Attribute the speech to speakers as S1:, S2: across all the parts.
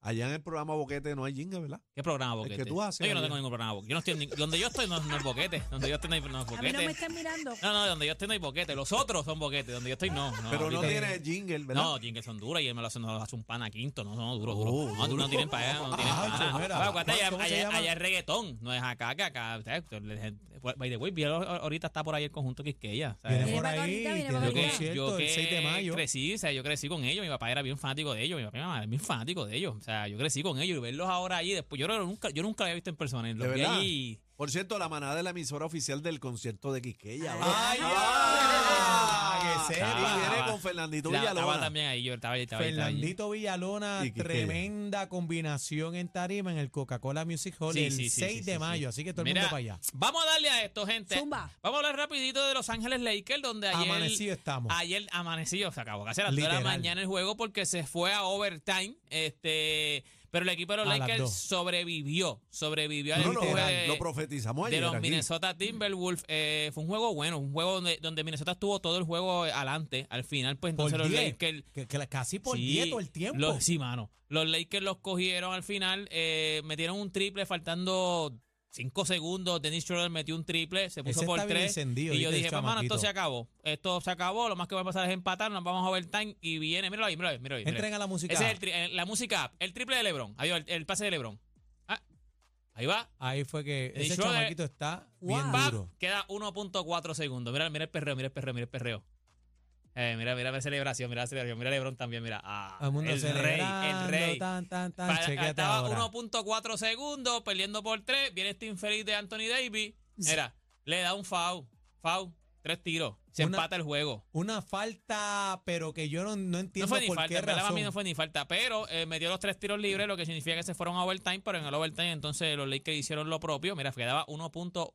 S1: Allá en el programa Boquete no hay jingle, ¿verdad?
S2: ¿Qué programa
S1: que
S2: boquete?
S1: tú haces,
S2: No, yo no tengo
S1: Ariel.
S2: ningún programa boquete. Yo no estoy en ni- donde yo estoy no, no es boquete. Donde yo estoy no hay no es
S3: A mí no me
S2: boquete.
S3: están mirando.
S2: No, no, donde yo estoy no hay boquete. Los otros son boquete. Donde yo estoy no. no
S1: Pero no
S2: ¿viste?
S1: tiene jingle, ¿verdad?
S2: No, jingles son duros y él me lo hace, nos lo hace un pan a quinto. No, no, duro, duro.
S1: Oh,
S2: no,
S1: duro.
S2: no tienen para allá, no tienen
S4: Ah,
S2: para nada.
S4: chumera.
S2: Pero acuérdate, allá,
S4: ¿Cómo se
S2: allá-
S4: llama?
S2: allá es reggaetón, no es acá, acá, acá. ¿sabes? By the way, vi ahor- ahorita está por ahí el conjunto Quisqueya. ¿sabes?
S4: Viene por
S3: Viene
S4: ahí,
S3: Paquita, viene
S4: tiene
S2: Yo
S4: un
S3: Paquita.
S2: que, yo
S4: concierto
S2: que
S4: el 6 de mayo.
S2: crecí, o sea, yo crecí con ellos, mi papá era bien fanático de ellos, mi papá y mi mamá eran bien fanático de ellos, o sea, yo crecí con ellos y verlos ahora allí, después yo creo que nunca yo nunca los había visto en persona, y los
S1: ¿De
S2: vi
S1: verdad?
S2: allí.
S1: Por cierto, la manada es la emisora oficial del concierto de Quiqueya. ¿verdad?
S4: Ay,
S1: Ah,
S4: que
S1: y
S4: sepa.
S1: viene con Fernandito
S2: La- estaba
S1: Villalona.
S2: también ahí, yo estaba ahí, estaba ahí, estaba ahí.
S4: Fernandito Villalona,
S1: Y Quiqueya.
S4: tremenda combinación en tarima en el Coca-Cola Music Hall
S2: Sí,
S4: el
S2: sí, sí,
S4: 6
S2: sí,
S4: de
S2: sí,
S4: mayo, así que todo el
S2: Mira,
S4: mundo para allá.
S2: Vamos a darle a esto, gente.
S3: Zumba.
S2: Vamos a hablar rapidito de Los Ángeles Lakers, donde ayer...
S4: Amanecido estamos.
S2: Ayer amanecido, se acabó casi a las 2 de la
S4: Literal.
S2: mañana el juego porque se fue a overtime. Este, pero el equipo de los
S4: A las
S2: Lakers
S4: dos.
S2: sobrevivió. Sobrevivió al
S1: No, no,
S2: empuje
S4: Literal.
S2: de-
S1: lo profetizamos
S2: de
S1: ayer
S2: los
S1: aquí.
S2: Minnesota Timberwolves. Eh, fue un juego bueno, un juego donde, donde Minnesota estuvo todo el juego adelante. Al final, pues
S4: Por
S2: entonces los
S4: 10,
S2: Lakers.
S4: que- que la- casi por
S2: Sí,
S4: 10 todo el tiempo.
S2: los- sí, mano. Los Lakers los cogieron al final, eh, metieron un triple faltando 5 segundos. Dennis Schroeder metió un triple, se puso
S4: Ese
S2: por
S4: está bien
S2: 3.
S4: encendido,
S2: Y yo
S4: ¿viste,
S2: dije,
S4: el
S2: pues, mano, esto
S4: chamaquito?
S2: se acabó. Esto se acabó, lo más que va a pasar es empatar, nos vamos a overtime y viene. Míralo ahí, míralo ahí, míralo ahí. míralo ahí.
S4: Entren a la música.
S2: Ese es el tri- eh, la música, el triple de LeBron. Ahí va, el, el pase de LeBron. Ah, ahí va.
S4: Ahí fue que
S2: Y
S4: ese
S2: Schroeder-
S4: chamaquito está bien
S3: Wow.
S2: Pap,
S4: Ah. duro.
S2: queda 1.4 segundos. Mira, mira el perreo, mira el perreo, mira el perreo. Eh, mira, mira la celebración, mira la celebración, mira Lebron también, mira. Ah,
S4: Todo el mundo
S2: el rey, el
S4: celebrando,
S2: rey.
S4: Tan, tan, tan,
S2: Para-
S4: chequéate
S2: estaba
S4: ahora.
S2: 1.4 segundos, perdiendo por 3. Viene este infeliz de Anthony Davis. Mira, le da un foul, foul, tres tiros. Se
S4: Una-
S2: empata el juego.
S4: Una falta, pero que yo no, no
S2: No
S4: entiendo
S2: fue ni
S4: por
S2: falta,
S4: qué
S2: en verdad para
S4: razón.
S2: mí no fue ni falta, pero eh, metió los tres tiros libres, lo que significa que se fueron a overtime, pero en el overtime entonces los Lakers hicieron lo propio. Mira, quedaba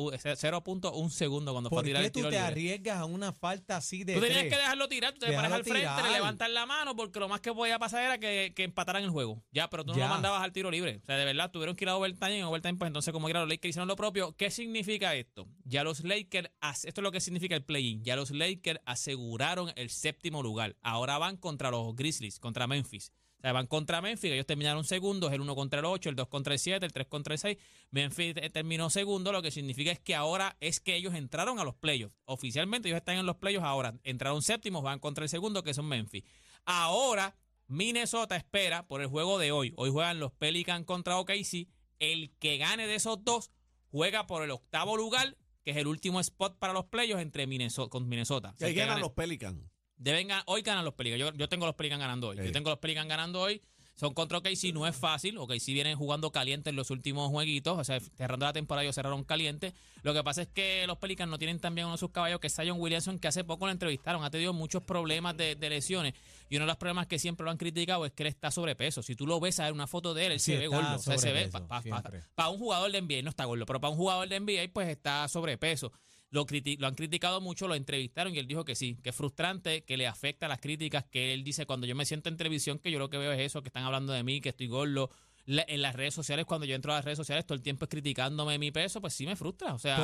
S2: 1.0.1 segundo cuando fue a
S4: ¿Por
S2: tirar
S4: qué
S2: el
S4: tú
S2: tiro
S4: te
S2: libre.
S4: arriesgas a una falta así de
S2: Tú tenías
S4: tres?
S2: que dejarlo tirar, tú te
S4: Déjalo
S2: paras al frente, le
S4: tirar.
S2: levantas la mano, porque lo más que podía pasar era que, que empataran el juego. Ya, pero tú no
S4: Ya.
S2: lo mandabas al tiro libre. O sea, de verdad, tuvieron que ir a overtime y en overtime, pues entonces, como que los Lakers hicieron lo propio. ¿Qué significa esto? Ya los Lakers, as- esto es lo que significa el play-in. Ya los Lakers aseguraron el séptimo lugar. Ahora van contra los Grizzlies, contra Memphis. O sea, van contra Memphis, ellos terminaron segundos, el 1 contra el 8, el 2 contra el 7, el 3 contra el 6. Memphis eh, terminó segundo, lo que significa es que ahora es que ellos entraron a los playoffs. Oficialmente ellos están en los playoffs ahora. Entraron séptimos, van contra el segundo, que son Memphis. Ahora Minnesota espera por el juego de hoy. Hoy juegan los Pelicans contra OKC. El que gane de esos dos juega por el octavo lugar, que es el último spot para los playoffs entre Minnesota, con Minnesota. O
S1: Y
S2: sea,
S1: ahí
S2: el que
S1: ganan
S2: gane-
S1: los Pelicans.
S2: Eh, Deben ga- hoy ganan los Pelicans. Yo, yo tengo los Pelicans ganando hoy.
S1: Sí.
S2: Yo tengo los Pelicans ganando hoy. Son contra OKC, no es fácil. OKC vienen jugando caliente en los últimos jueguitos. O sea, cerrando la temporada ellos cerraron caliente. Lo que pasa es que los Pelicans no tienen también uno de sus caballos, que es Zion Williamson, que hace poco lo entrevistaron. Ha tenido muchos problemas de, de lesiones. Y uno de los problemas que siempre lo han criticado es que él está sobrepeso. Si tú lo ves a él, una foto de él, él
S4: Sí,
S2: se ve
S4: está
S2: gordo. O sea, se ve.
S4: sobrepeso,
S2: pa- pa- pa-
S4: siempre.
S2: para un jugador de NBA no está gordo, pero para un jugador de NBA pues está sobrepeso. Lo, criti- lo han criticado mucho, lo entrevistaron y él dijo que sí, que es frustrante, que le afecta las críticas, que él dice cuando yo me siento en televisión que yo lo que veo es eso, que están hablando de mí, que estoy gordo. La- en las redes sociales, cuando yo entro a las redes sociales, todo el tiempo es criticándome mi peso, pues sí me frustra. O sea,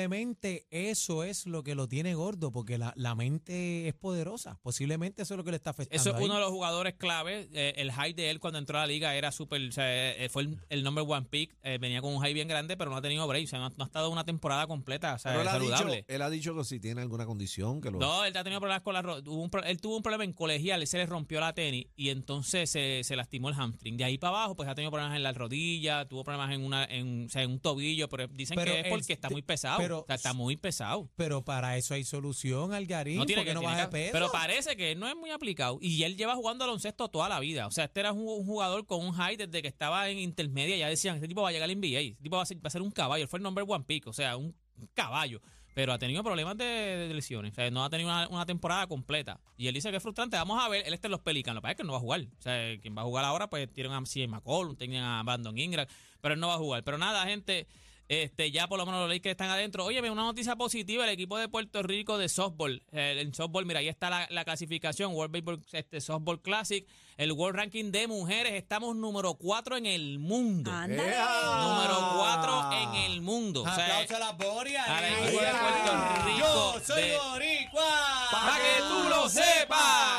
S4: Posiblemente eso es lo que lo tiene gordo, porque la, la mente es poderosa. Posiblemente eso es lo que le está afectando.
S2: Eso es
S4: ahí.
S2: uno de los jugadores clave. Eh, el high de él cuando entró a la liga era súper. o sea, eh, fue el, el number one pick. Eh, venía con un high bien grande, pero no ha tenido break. O sea, no, ha- no ha estado una temporada completa o sea,
S1: Pero él ha, dicho,
S2: saludable.
S1: él ha dicho que si tiene alguna condición, que lo...
S2: No, él ha tenido problemas con la ro- tuvo un pro- él tuvo un problema en colegial, él se le rompió la tenis y entonces se, se lastimó el hamstring. De ahí para abajo, pues ha tenido tenido problemas en las rodillas, tuvo problemas en una en, o sea, en un tobillo, pero dicen
S4: Pero
S2: que es
S4: el-
S2: porque está muy pesado.
S4: pero-
S2: o sea, está muy pesado.
S4: Pero para eso hay solución, Algarín.
S2: No tiene
S4: porque
S2: que
S4: no
S2: tiene
S4: baja de
S2: que-
S4: peso.
S2: Pero parece que él no es muy aplicado. Y él lleva jugando baloncesto toda la vida. O sea, este era un- un jugador con un high desde que estaba en intermedia. Ya decían, este tipo va a llegar al NBA. Este tipo va a ser, va a ser un caballo. Él fue el number one pick. O sea, un caballo. Pero ha tenido problemas de, de lesiones. O sea, no ha tenido una, una temporada completa. Y él dice que es frustrante. Vamos a ver. Él está en los Pelicans. Lo que pasa es que él no va a jugar. O sea, quien va a jugar ahora, pues tienen a CJ McCollum, tienen a Brandon Ingram. Pero él no va a jugar. Pero nada, gente. Este, ya por lo menos los Lakers están adentro. Oye, una noticia positiva, el equipo de Puerto Rico de softball. El, el softball, mira, ahí está la, la clasificación, World Baseball este, Softball Classic, el World Ranking de mujeres. Estamos número 4 en el mundo.
S3: Ándale.
S1: ¡Ea!
S2: Número 4 en el mundo. O sea,
S4: Aplauso a las borias.
S2: al
S4: eh.
S2: equipo de Puerto Rico
S4: Yo soy
S2: de-
S4: boricua. Ah.
S2: para que tú lo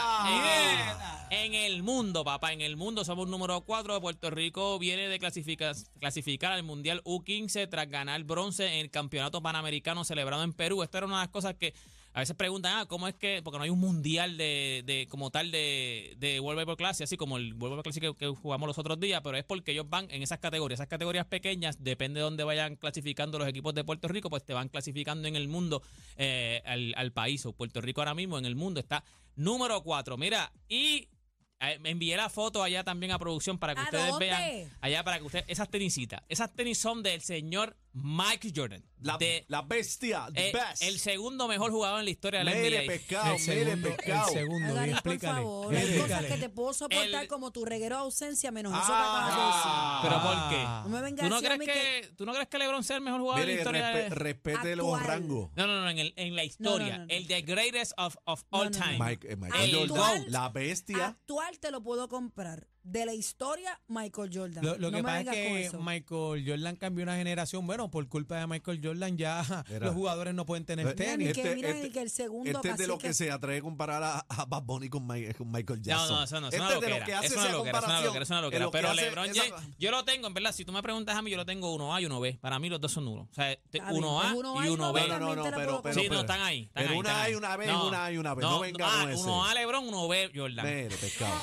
S2: sepas. En, en el mundo, papá, en el mundo somos número 4. Puerto Rico viene de clasifica- clasificar al Mundial U15 tras ganar bronce en el Campeonato Panamericano celebrado en Perú. Esta era una de las cosas que a veces preguntan, ah, ¿cómo es que? Porque no hay un mundial de, de- como tal de, de World Baseball Classic, así como el World Baseball Classic que, que jugamos los otros días, pero es porque ellos van en esas categorías. Esas categorías pequeñas, depende de dónde vayan clasificando los equipos de Puerto Rico, pues te van clasificando en el mundo eh, al, al país. O Puerto Rico ahora mismo en el mundo está número 4. Mira, y eh, me envié la foto allá también a producción para que
S3: ¿A
S2: ustedes
S3: dónde?
S2: vean. Allá para que ustedes, esas tenisitas, esas tenis son del señor Mike Jordan.
S1: La,
S2: de-
S1: la bestia, the
S2: eh,
S1: best.
S2: el segundo mejor jugador en la historia de la
S1: Mere
S2: NBA.
S1: pescado,
S4: el
S1: mere
S4: segundo,
S1: pescado.
S4: el segundo, y
S3: Algarín, por
S4: explícale.
S3: favor, hay cosas
S4: explícale.
S3: que te puedo soportar
S2: El-
S3: como tu reguero de ausencia menos eso que acabas de decir.
S1: Ah,
S2: Pero
S4: Ah.
S3: No
S2: ¿por qué?
S3: me vengas
S2: ¿Tú no,
S3: a decir a
S2: crees
S3: mí
S2: que,
S3: que...
S2: ¿Tú no crees que LeBron es el mejor jugador
S1: mire,
S2: de la historia?
S1: respe-
S2: de-
S1: respete los
S3: Actual.
S1: rangos.
S2: No, no, no, en, el- en la historia.
S3: no, no.
S2: El the greatest of, of all
S3: No, no, no.
S2: time.
S1: Mike, eh, Michael
S2: Ahí
S1: Jordan,
S3: está.
S1: la
S2: ah,
S1: bestia.
S3: Actual te lo puedo comprar. De la historia, Michael Jordan.
S4: Lo, lo
S3: no me
S4: que pasa es
S3: vengas con
S4: que
S3: eso.
S4: Michael Jordan cambió una generación. Bueno, por culpa de Michael Jordan ya
S1: Mira.
S4: los jugadores no pueden tener
S1: Eh,
S3: Mira, ni
S4: tenis.
S1: este-
S3: que, mira,
S1: este-
S3: ni que el segundo
S1: Este es de lo
S3: cacique-
S1: que se atreve a comparar a, a Bad Bunny con, Mi- con Michael
S2: No,
S1: Jackson.
S2: no, eso no, eso
S1: este
S2: no lo
S1: es de lo que
S2: loquera.
S1: hace
S2: Es una
S1: esa
S2: loquera, es una
S1: comparación.
S2: loquera, es una
S1: de
S2: loquera.
S1: lo que
S2: Pero
S1: hace
S2: LeBron
S1: esa-
S2: James, yo lo tengo, en verdad, si tú me preguntas a mí, yo lo tengo 1A y 1B. Para mí los dos son nulos. O sea, te-
S3: Está bien, pues
S2: 1A y 1B.
S1: No, no, no,
S3: también te la
S1: pero-
S3: puedo
S1: pero-
S2: sí,
S3: comprar.
S2: no, están ahí. Están
S1: Pero
S2: ahí,
S1: una
S2: están
S1: A y
S2: ahí.
S1: una B, una A y una B. No venga
S2: ah,
S1: con ese.
S2: 1A LeBron, 1B Jordan.
S1: Mere, pescado.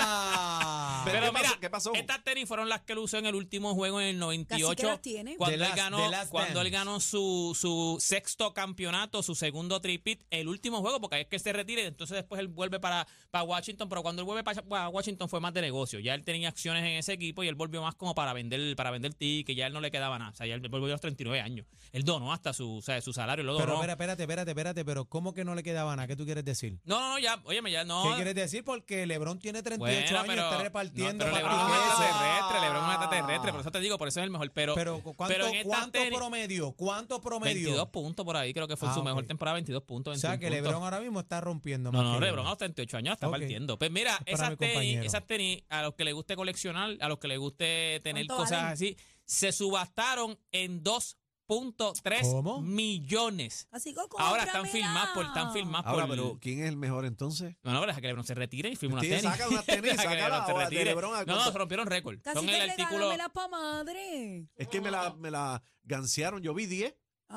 S4: Ah.
S1: Pero-
S2: Pero
S1: ¿qué pasó?
S2: mira,
S1: ¿Qué pasó?
S2: estas tenis fueron las que él usó en el último juego en el 98.
S3: Casi que las tiene.
S2: Cuando,
S4: The
S2: él
S4: last-
S2: ganó,
S4: the last
S2: cuando él
S4: dance.
S2: ganó su, su sexto campeonato, su segundo tripit, el último juego, porque ahí es que él se retire. Entonces después él vuelve para, para Washington, pero cuando él vuelve para, para Washington fue más de negocio. Ya él tenía acciones en ese equipo y él volvió más como para vender para vender tickets, ya él no le quedaba nada. O sea, ya él volvió a los 39 años. Él donó hasta su, o sea, su salario, lo donó.
S4: Pero espera, espérate, espérate, espérate, pero ¿cómo que no le quedaba nada? ¿Qué tú quieres decir?
S2: no, no, no, ya, óyeme, ya no.
S4: ¿Qué quieres decir? Porque LeBron tiene 38 años y está repartiendo.
S2: no, Ah. pero
S4: papi,
S2: Lebron es un
S4: queso.
S2: extraterrestre, Lebron es un extraterrestre, por eso te digo, por eso es el mejor. Pero,
S4: Pero ¿cuánto,
S2: pero en esta
S4: cuánto
S2: tenis-
S4: promedio? ¿Cuánto promedio?
S2: 22 puntos por ahí, creo que fue
S4: Ah,
S2: su
S4: ok.
S2: mejor temporada, 22 puntos.
S4: o sea,
S2: 21
S4: que
S2: puntos.
S4: LeBron ahora mismo está rompiendo.
S2: No,
S4: más
S2: no,
S4: que
S2: LeBron a
S4: yo.
S2: los 38 años está
S4: Ok.
S2: partiendo. Pues mira,
S4: Es para
S2: esas
S4: mi
S2: tenis,
S4: compañero.
S2: esas tenis, a los que les guste coleccionar, a los que les guste tener
S3: ¿Cuánto
S2: cosas
S3: valen?
S2: así, se subastaron en 2.3
S4: ¿Cómo?
S2: millones.
S3: Así que
S2: Ahora están
S3: cómpramela.
S2: filmadas por, están filmadas
S1: Ahora,
S2: por.
S1: pero ¿quién es el mejor entonces?
S2: No, no, pero deja que Lebron se retire y firme una
S1: Sí,
S2: tenis.
S1: saca unas tenis,
S2: Deja que
S1: sácala,
S2: LeBron se
S1: o de
S2: retire.
S1: LeBron, ¿a
S2: No, no,
S1: cuánto?
S2: se rompieron récord.
S3: Casi
S2: Son
S3: que
S2: el artículo.
S3: regálamela pa' madre.
S1: Es que me la, me la gansearon. Yo vi 10.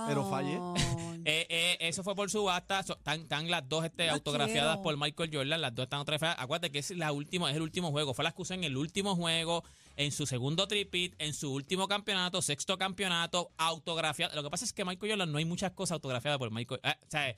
S1: Pero fallé.
S3: Ay.
S2: Eh, eh, eso fue por subasta. So- Están, están las dos este,
S3: Las
S2: autografiadas
S3: quiero.
S2: por Michael Jordan. Las dos están autografiadas. Acuérdate que es, la última, es el último juego. Fue la excusa en el último juego, en su segundo tripit, en su último campeonato, sexto campeonato, autografiada. Lo que pasa es que Michael Jordan no hay muchas cosas autografiadas por Michael. eh, o sea, eh,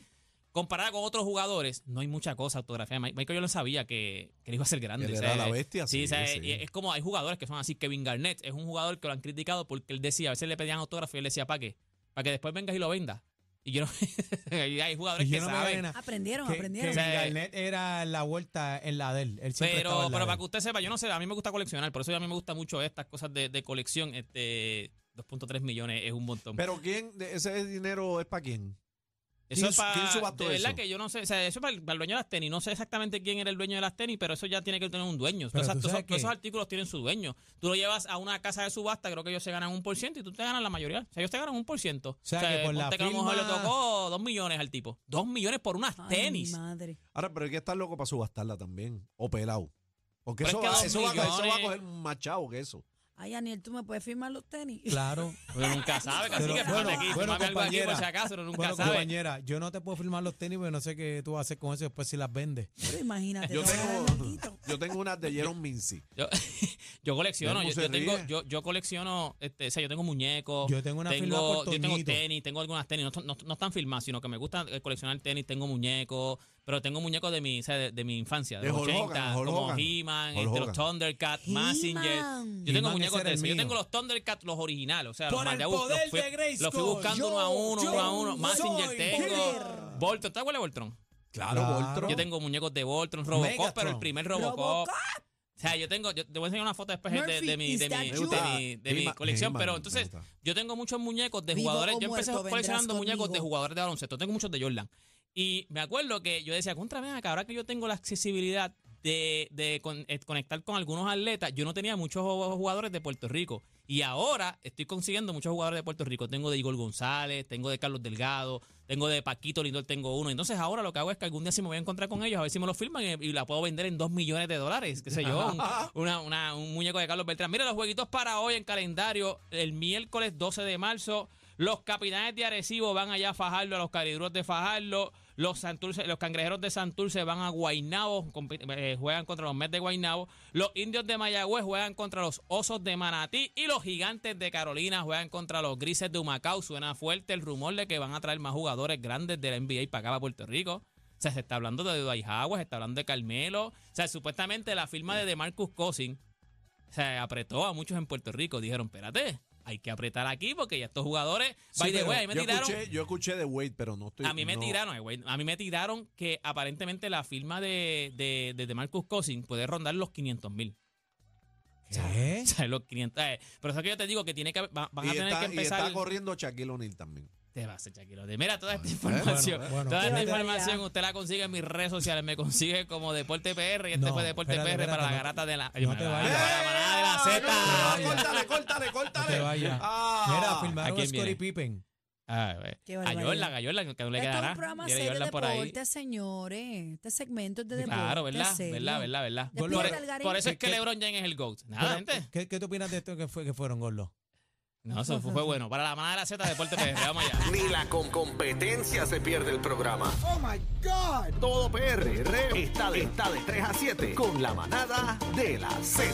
S2: comparada con otros jugadores, no hay mucha cosa autografiada. Mi- Michael Jordan sabía que, que él iba a ser grande.
S1: Que él
S2: o sea,
S1: era la
S2: eh,
S1: bestia,
S2: Sí,
S1: sí,
S2: o sea,
S1: sí.
S2: y es como hay jugadores que son así. Kevin Garnett es un jugador que lo han criticado porque él decía, a veces le pedían autógrafo y él decía, ¿para qué? Para que después vengas y lo vendas. Y yo no. y hay jugadores
S4: Y yo
S2: que
S4: no me gané
S2: saben.
S4: nada.
S3: Aprendieron,
S4: Que-
S3: Ah, aprendieron.
S4: que
S2: O sea,
S4: Garnett era la vuelta en la de él. Él siempre estaba
S2: Pero,
S4: en la
S2: pero
S4: de
S2: para
S4: él.
S2: que usted sepa, yo no sé, a mí me gusta coleccionar, por eso a mí me gusta mucho estas cosas de, de colección. Este, 2.3 millones es un montón.
S1: Pero ¿quién? de- ¿Ese dinero es para quién?
S2: eso
S1: ¿quién
S2: es
S1: su-
S2: para,
S1: quién subastó
S2: de verdad
S1: eso?
S2: que yo no sé, o sea, eso es para el, para el dueño de las tenis. No sé exactamente quién era el dueño de las tenis, pero eso ya tiene que tener un dueño.
S4: Pero
S2: Todas esas-
S4: tú
S2: todos
S4: sabes
S2: esos, todos
S4: que-
S2: esos artículos tienen su dueño. Tú lo llevas a una casa de subasta, creo que ellos se ganan un por ciento y tú te ganas la mayoría. O sea, ellos te ganan un por ciento. O
S4: sea, que por la
S2: ponte que a lo mejor le
S4: firma-
S2: tocó dos millones al tipo. Dos millones por unas
S3: Ay,
S2: tenis.
S3: mi madre.
S1: Ahora, pero hay que estar loco para subastarla también. O pelado. Porque eso,
S2: Pero es que
S1: va,
S2: dos
S1: eso, va, a co- eso va
S2: millones.
S1: a coger más chavo que eso.
S3: Ay, Aniel, ¿tú me puedes firmar los tenis?
S4: Claro.
S2: Uno nunca sabe, así
S4: Pero
S2: que
S4: bueno,
S2: aquí,
S4: bueno,
S2: tómame algo aquí por
S4: compañera.
S2: si acaso, uno nunca
S4: Bueno,
S2: sabe.
S4: compañera, yo no te puedo firmar los tenis porque no sé qué tú vas a hacer con eso después si las vendes.
S3: Pero imagínate,
S1: Yo
S3: te voy a dar
S1: tengo-
S3: larguito.
S1: Yo tengo unas de Jerome Mincy.
S2: Yo, Yo colecciono,
S1: Delmo
S2: yo,
S1: se
S2: yo tengo,
S1: ríe.
S2: yo, yo colecciono, este, o sea, yo tengo muñecos.
S4: Yo tengo una fila
S2: tengo,
S4: por
S2: yo tengo
S4: Toñito.
S2: tenis, tengo algunas tenis, no, to- no, no están filmadas, sino que me gusta eh, coleccionar tenis, tengo muñecos, pero tengo muñecos de mi, o sea, de, de mi infancia, de,
S1: De
S2: los
S1: Hulk Hogan,
S2: 80,
S1: Hulk
S2: como
S1: Hogan.
S2: He-Man,
S1: Hulk
S2: este, los
S1: Hogan.
S2: Thundercats,
S3: He-Man.
S2: Massinger. Yo tengo
S4: He-man,
S2: muñecos
S4: ese
S2: de
S4: era
S2: eso.
S4: el
S2: Yo
S4: mío.
S2: tengo los Thundercats, los originales, o sea,
S4: Por
S2: los
S4: el
S2: Maliabú, los
S4: poder
S2: fui-
S4: de Grayskull,
S2: Los fui buscando
S4: yo-
S2: uno a uno, uno a
S4: yo
S2: uno. Massinger
S4: soy
S2: tengo.
S4: poder.
S2: Voltron, ¿te acuerdas de Voltron?
S1: Claro,
S4: Claro.
S1: Voltron.
S2: Yo tengo muñecos de Voltron, Robocop, pero el
S4: Megatron.
S2: primer Robocop.
S3: Robocop.
S2: O sea, yo tengo, yo te voy a enseñar una foto después de,
S3: Murphy,
S2: de mi,
S3: is
S2: de
S3: that
S2: mi,
S3: you?
S2: de
S3: Me gusta.
S2: mi- de mi
S1: He-Man,
S2: colección,
S1: He-Man,
S2: pero
S1: me
S2: entonces
S1: gusta.
S2: yo tengo muchos muñecos de
S3: Vivo
S2: jugadores.
S3: o
S2: Yo empecé
S3: muerto,
S2: coleccionando
S3: vendrás
S2: muñecos de
S3: conmigo.
S2: jugadores de baloncesto. Tengo muchos de Jordan. Y me acuerdo que yo decía, contra ven acá, ahora que yo tengo la accesibilidad de, de con- eh, conectar con algunos atletas, yo no tenía muchos jugadores de Puerto Rico. Y ahora estoy consiguiendo muchos jugadores de Puerto Rico. Tengo de Igor González, tengo de Carlos Delgado, tengo de Paquito Lindor, tengo uno. Entonces ahora lo que hago es que algún día si me voy a encontrar con ellos, a ver si me lo firman y, y la puedo vender en dos millones de dólares, qué sé yo, un, una- una- un muñeco de Carlos Beltrán. Mira los jueguitos para hoy en calendario, el miércoles 12 de marzo. Los capitanes de Arecibo van allá a Fajardo, a los cariduros de Fajardo. Los, Santurce, los cangrejeros de Santurce van a Guaynabo, compi- eh, juegan contra los Mets de Guaynabo. Los indios de Mayagüez juegan contra los osos de Manatí. Y los gigantes de Carolina juegan contra los grises de Humacao. Suena fuerte el rumor de que van a traer más jugadores grandes de la NBA para acá, para Puerto Rico. O sea, se está hablando de Daihawa, se está hablando de Carmelo. O sea, supuestamente la firma de DeMarcus Cousins se apretó a muchos en Puerto Rico. Dijeron, espérate, hay que apretar aquí porque ya estos jugadores...
S1: Sí,
S2: by the
S1: pero
S2: way, ahí me
S1: yo,
S2: tiraron...
S1: escuché, yo escuché de Wade, pero no estoy.
S2: A mí me
S1: no.
S2: tiraron, ay, güey, a mí me tiraron que aparentemente la firma de, de, de, Marcus Cousins puede rondar los 500 mil.
S4: ¿Qué?
S2: O sea, los 500. eh, Pero eso que yo te digo que tiene que va- van
S1: Y
S2: a tener
S1: está,
S2: que
S1: y está
S2: empezar.
S1: corriendo Shaquille O'Neal también.
S2: Te vas a Shaquille O'Neal. Mira toda esta información.
S4: bueno, bueno,
S2: toda esta
S3: espérate.
S2: información usted la consigue en mis redes sociales. Me consigue como Deporte PR. Y este
S4: No,
S2: fue Deporte
S4: espérate,
S2: PR para
S4: espérate,
S2: la
S4: no-
S2: garata de la.
S4: no te
S2: la-
S4: vayas.
S2: la manada de la Z.
S1: ¡Eh! ¡Córtale, córtale, córtale!
S4: te vayas. Mira,
S1: Ah.
S2: ¿a
S4: firmaron
S2: quién
S4: a Scottie
S2: viene?
S4: Pippen.
S2: Ay, güey.
S3: Qué
S2: A
S3: barbaridad.
S2: Jordan, a Jordan, eh, que no le
S3: Esto es
S2: quedará.
S3: un programa
S2: Viene
S3: serio de
S2: Jordan por ahí.
S3: deporte, señores. Este segmento es de deporte.
S2: Claro, ¿verdad?
S3: serio.
S2: ¿Verdad? ¿Verdad? ¿Verdad?
S3: Despídete,
S2: Por,
S3: Algarín.
S2: por eso es que
S4: ¿Qué- qué-
S2: LeBron James es el GOAT. Nada,
S4: Pero,
S2: gente.
S4: ¿qué, ¿Qué tú opinas de esto que, fue, que fueron, Gorlo?
S2: No, eso fue, fue bueno. Para la manada de la Z, Deporte PR. Vamos allá.
S5: Ni la con competencia se pierde el programa. Oh my God. Todo PR está de, está de 3 a 7 con la manada de la Z.